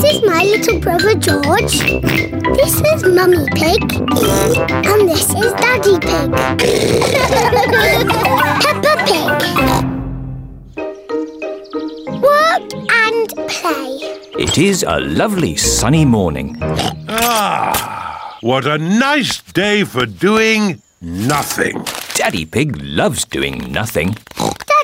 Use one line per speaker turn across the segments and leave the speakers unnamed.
little brother George. This is Mummy Pig. And this is Daddy Pig. Peppa Pig. Work and play.
It is a lovely sunny morning.
Ah, what a nice day for doing nothing.
Daddy Pig loves doing nothing.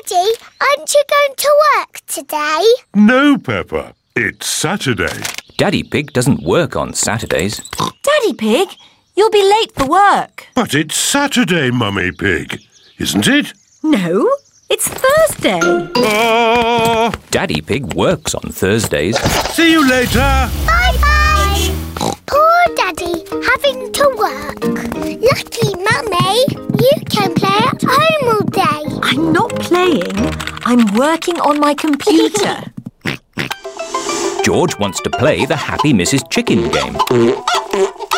Daddy, aren't you going to work today?
No, Peppa. It's Saturday.
Daddy Pig doesn't work on Saturdays.
Daddy Pig, you'll be late for work.
But it's Saturday, Mummy Pig, isn't it?
No, it's Thursday.
Oh,
Daddy Pig works on Thursdays.
see you later.
Bye bye. Poor Daddy having to work. Lucky Mummy, you can play at home all day.
I'm not playing. I'm working on my computer.
George wants to play the Happy Mrs. Chicken game.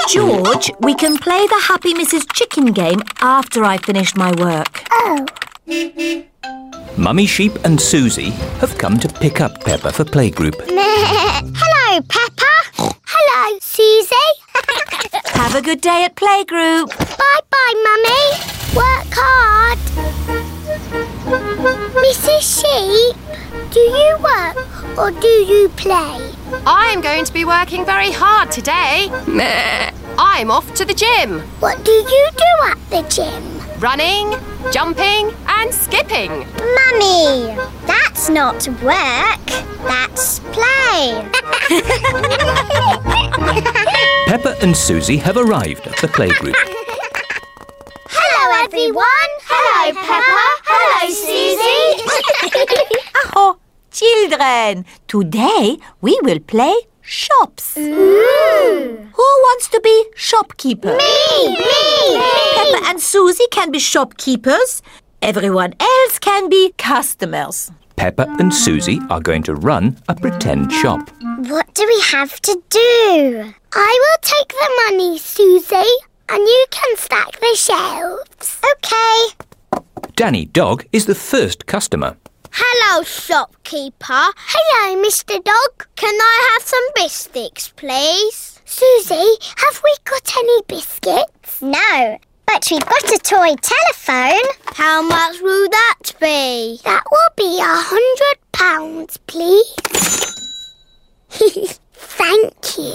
George, we can play the Happy Mrs. Chicken game after I finish my work.
Oh,
Mummy Sheep and Susie have come to pick up Peppa for playgroup.
Hello, Peppa. Hello, Susie.
Have a good day at playgroup.
bye bye, Mummy. Work hard. Mrs. Sheep, do you work or do you play?
I'm going to be working very hard today. I'm off to the gym,
What do you do at the gym?
running, jumping, and skipping.
Mummy, that's not work, that's play.
Peppa and Susie have arrived at the playgroup.
Hello, everyone. Hello, Peppa. Hello, Susie.
Oh, children, today we will play shops. Who wants to be shopkeeper?
me, me,
Peppa and Susie can be shopkeepers. Everyone else can be customers.
Peppa and Susie are going to run a pretend shop.
What do we have to do? I will take the money, Susie, and you can stack the shelves. Okay.
Danny Dog is the first customer.
Hello, shopkeeper. Hello, Mr. Dog. Can I have some biscuits, please? Susie, have we got any biscuits? No, but we've got a toy telephone. How much will that be? That will be a hundred pounds, please. Thank you.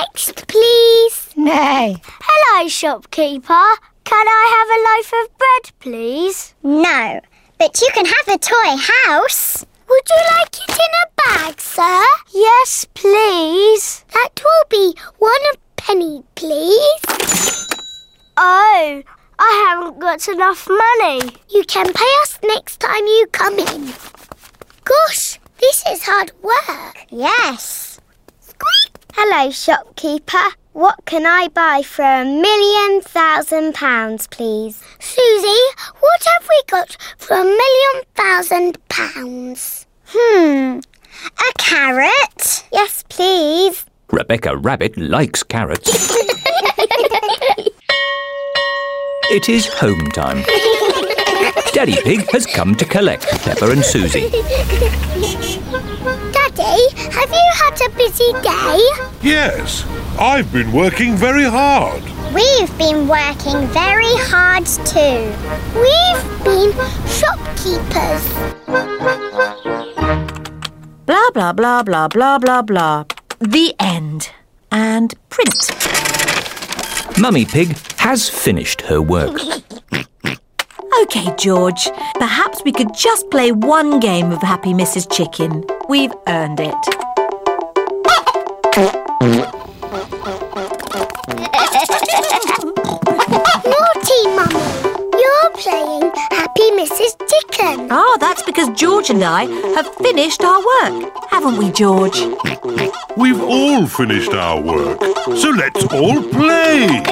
Next, please. No. Hello, shopkeeper. Can I have a loaf of bread, please? No, but you can have a toy house. Would you like it in a bag, sir? Yes, please. That will be one penny, please. Oh, I haven't got enough money. You can pay us next time you come in. Gosh, this is hard work. Yes. Hello, shopkeeper. What can I buy for a million thousand pounds, please? Susie, what have we got for a million thousand pounds? Hmm, a carrot? Yes, please.
Rebecca Rabbit likes carrots. It is home time. Daddy Pig has come to collect Peppa and Susie.
Daddy, have you had a busy day?
Yes, I've been working very hard.
We've been working very hard too. We've been shopkeepers.
Blah, blah, blah, blah, blah, blah, blah. The end. And print.
Mummy Pig has finished her work.
Okay, George, perhaps we could just play one game of Happy Mrs. Chicken. We've earned it.
Naughty Mummy, you're playing Happy Mrs. Chicken.
Ah, that's because George and I have finished our work, haven't we, George?
We've all finished our work, so let's all play.